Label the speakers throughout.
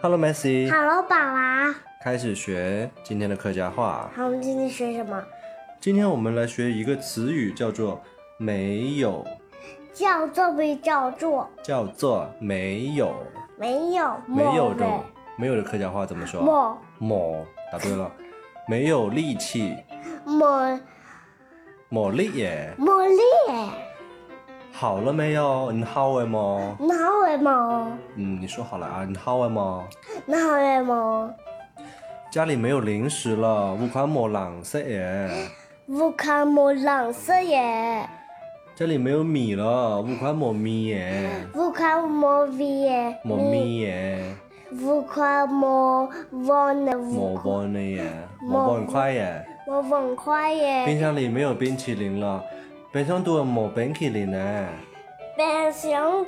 Speaker 1: Hello, Messi，
Speaker 2: Hello，宝啊，
Speaker 1: 开始学今天的客家话。
Speaker 2: 好，我们今天学什么？
Speaker 1: 今天我们来学一个词语，叫做“没有
Speaker 2: 叫做不叫做？”，
Speaker 1: 叫做“没有”，
Speaker 2: 没有，
Speaker 1: 没有的
Speaker 2: 呗，
Speaker 1: 没有的客家话怎么说？
Speaker 2: 没
Speaker 1: 某，答对了，没有力气，
Speaker 2: 没
Speaker 1: 某力耶。
Speaker 2: 没力，
Speaker 1: 好了没有？你好了吗？
Speaker 2: 哪会没？
Speaker 1: 嗯，你说好了啊，你好了吗？
Speaker 2: 哪会没？
Speaker 1: 家里没有零食了，五款某冷色耶。
Speaker 2: 不看没冷色耶，
Speaker 1: 家里没有米了，五款某米耶，
Speaker 2: 不看没味耶，
Speaker 1: 某米耶。
Speaker 2: 不看没忘的
Speaker 1: 毛
Speaker 2: 不
Speaker 1: 包呢耶，毛
Speaker 2: 毛
Speaker 1: 包很快耶。
Speaker 2: 没文化耶，
Speaker 1: 冰箱里没有冰淇淋了，冰箱都有毛冰淇淋呢。
Speaker 2: 冰箱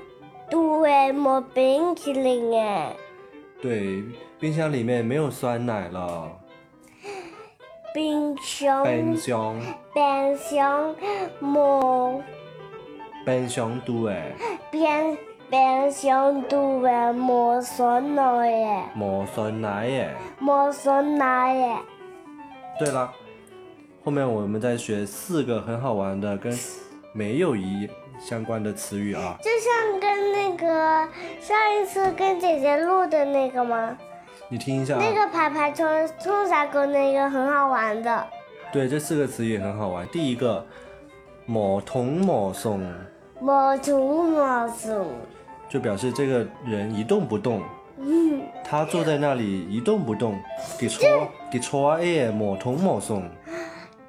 Speaker 2: 都会没冰淇淋耶，
Speaker 1: 对，冰箱里面没有酸奶了。
Speaker 2: 冰箱
Speaker 1: 冰箱，
Speaker 2: 冰箱没。
Speaker 1: 冰箱都诶，
Speaker 2: 边边上都会磨酸奶耶，
Speaker 1: 毛酸奶耶。
Speaker 2: 磨酸奶耶，
Speaker 1: 对了，后面我们再学四个很好玩的跟没有一相关的词语啊。
Speaker 2: 就像跟那个上一次跟姐姐录的那个吗？
Speaker 1: 你听一下
Speaker 2: 那
Speaker 1: 啊。
Speaker 2: 个排排冲冲峡谷那个很好玩的，
Speaker 1: 对，这四个词语很好玩。第一个，某同某松，
Speaker 2: 磨虫磨虫，
Speaker 1: 就表示这个人一动不动。
Speaker 2: 嗯，
Speaker 1: 他坐在那里一动不动，给戳给戳啊哎，抹头抹松。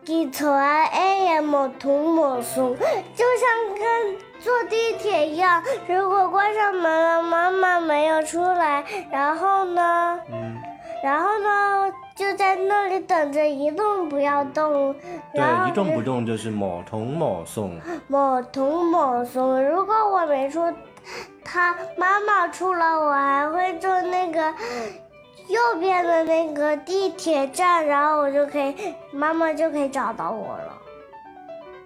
Speaker 2: 给虫哎呀磨虫磨虫，就像跟坐地铁一样，如果关上门了，妈妈没有出来，然后呢？
Speaker 1: 嗯，
Speaker 2: 然后呢，就在那里等着一动不要动。然后
Speaker 1: 对，一动不动就是抹头抹 松。
Speaker 2: 某同某松。如果我没说，他妈妈出了，我还会坐那个右边的那个地铁站，然后我就可以，妈妈就可以找到我了。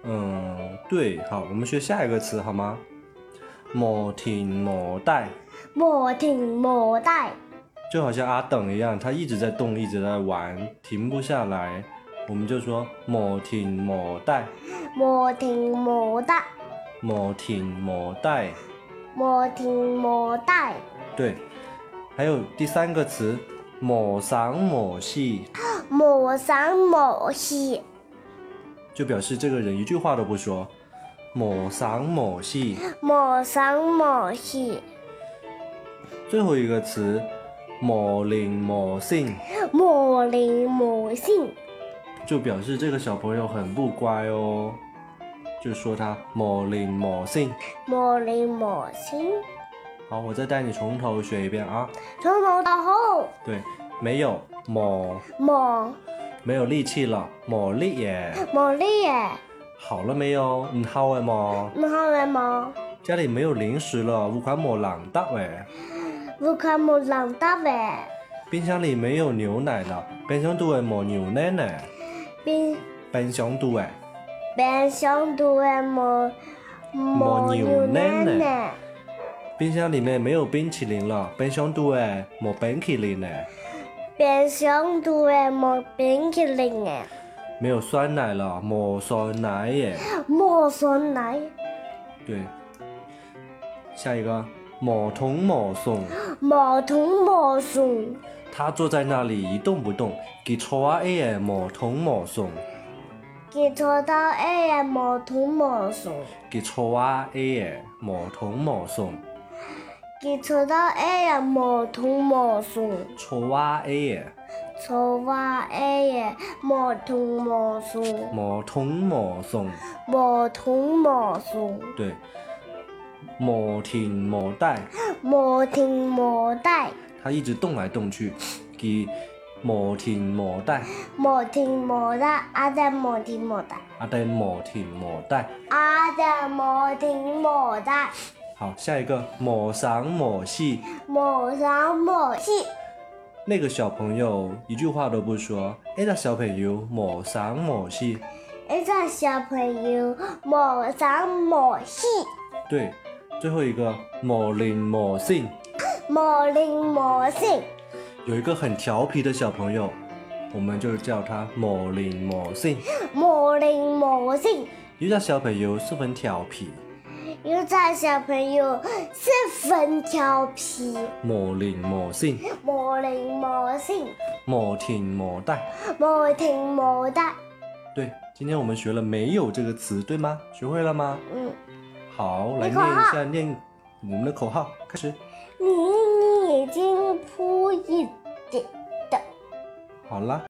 Speaker 1: 嗯，对，好，我们学下一个词好吗？抹停抹带，
Speaker 2: 莫停莫带，
Speaker 1: 就好像阿等一样，他一直在动，一直在玩，停不下来。我们就说抹停抹带，
Speaker 2: 莫停莫带，
Speaker 1: 抹停抹带。
Speaker 2: 莫停莫带，
Speaker 1: 对，还有第三个词，抹上抹细。
Speaker 2: 莫三莫四，
Speaker 1: 就表示这个人一句话都不说。某赏某戏，
Speaker 2: 莫三莫四。
Speaker 1: 最后一个词，某灵某性，
Speaker 2: 莫灵莫性，
Speaker 1: 就表示这个小朋友很不乖哦，就说他某灵某性。
Speaker 2: 莫灵莫性，
Speaker 1: 好，我再带你从头学一遍啊。
Speaker 2: 从头到后，
Speaker 1: 对，没有某，
Speaker 2: 莫
Speaker 1: 没有力气了，某力耶。
Speaker 2: 莫力耶，
Speaker 1: 好了没有？你好哎么？
Speaker 2: 你好嘞莫，
Speaker 1: 家里没有零食了，无款某朗大哎。
Speaker 2: 不看莫浪大呗，
Speaker 1: 冰箱里没有牛奶了，冰箱都哎某牛奶奶。
Speaker 2: 冰
Speaker 1: 冰箱都哎。
Speaker 2: 冰箱都会莫
Speaker 1: 没牛奶
Speaker 2: 奶，
Speaker 1: 冰箱里面没有冰淇淋了，冰箱都哎没冰淇淋呢，
Speaker 2: 冰箱都会莫冰淇淋耶，
Speaker 1: 没有酸奶了，没酸奶耶。
Speaker 2: 莫酸奶，
Speaker 1: 对，下一个，没童没松，
Speaker 2: 莫同莫送，
Speaker 1: 他坐在那里一动不动，给戳啊哎没童没松，
Speaker 2: 给坐到哎呀莫同莫送，
Speaker 1: 给戳啊哎没童没松，
Speaker 2: 给坐到哎呀莫同莫送。
Speaker 1: 戳啊哎
Speaker 2: 草蛙哎耶，莫通莫松，
Speaker 1: 没童没松，
Speaker 2: 莫通莫松，
Speaker 1: 对，没停没带，
Speaker 2: 莫听莫带，
Speaker 1: 他一直动来动去，给没停没带。
Speaker 2: 莫听莫带，阿呆莫听莫带，
Speaker 1: 阿呆莫停莫带。
Speaker 2: 阿呆莫听莫带，
Speaker 1: 好，下一个莫赏莫戏，
Speaker 2: 莫上莫气，
Speaker 1: 那个小朋友一句话都不说，哎，那小朋友莫赏莫戏。
Speaker 2: 一个小朋友莫上莫气，
Speaker 1: 对，最后一个莫灵莫性，
Speaker 2: 魔灵魔性。
Speaker 1: 有一个很调皮的小朋友，我们就叫他魔灵魔性，
Speaker 2: 魔灵魔性，
Speaker 1: 有的小朋友十分调皮，
Speaker 2: 有的小朋友十分调皮，
Speaker 1: 魔灵魔性，
Speaker 2: 魔灵魔性，
Speaker 1: 莫听莫带。
Speaker 2: 莫听莫带。
Speaker 1: 对，今天我们学了“没有”这个词，对吗？学会了吗？
Speaker 2: 嗯，
Speaker 1: 好，来念
Speaker 2: 你口
Speaker 1: 一
Speaker 2: 号
Speaker 1: 下，念我们的口号，开始。
Speaker 2: 你已经扑一点的。
Speaker 1: 好啦。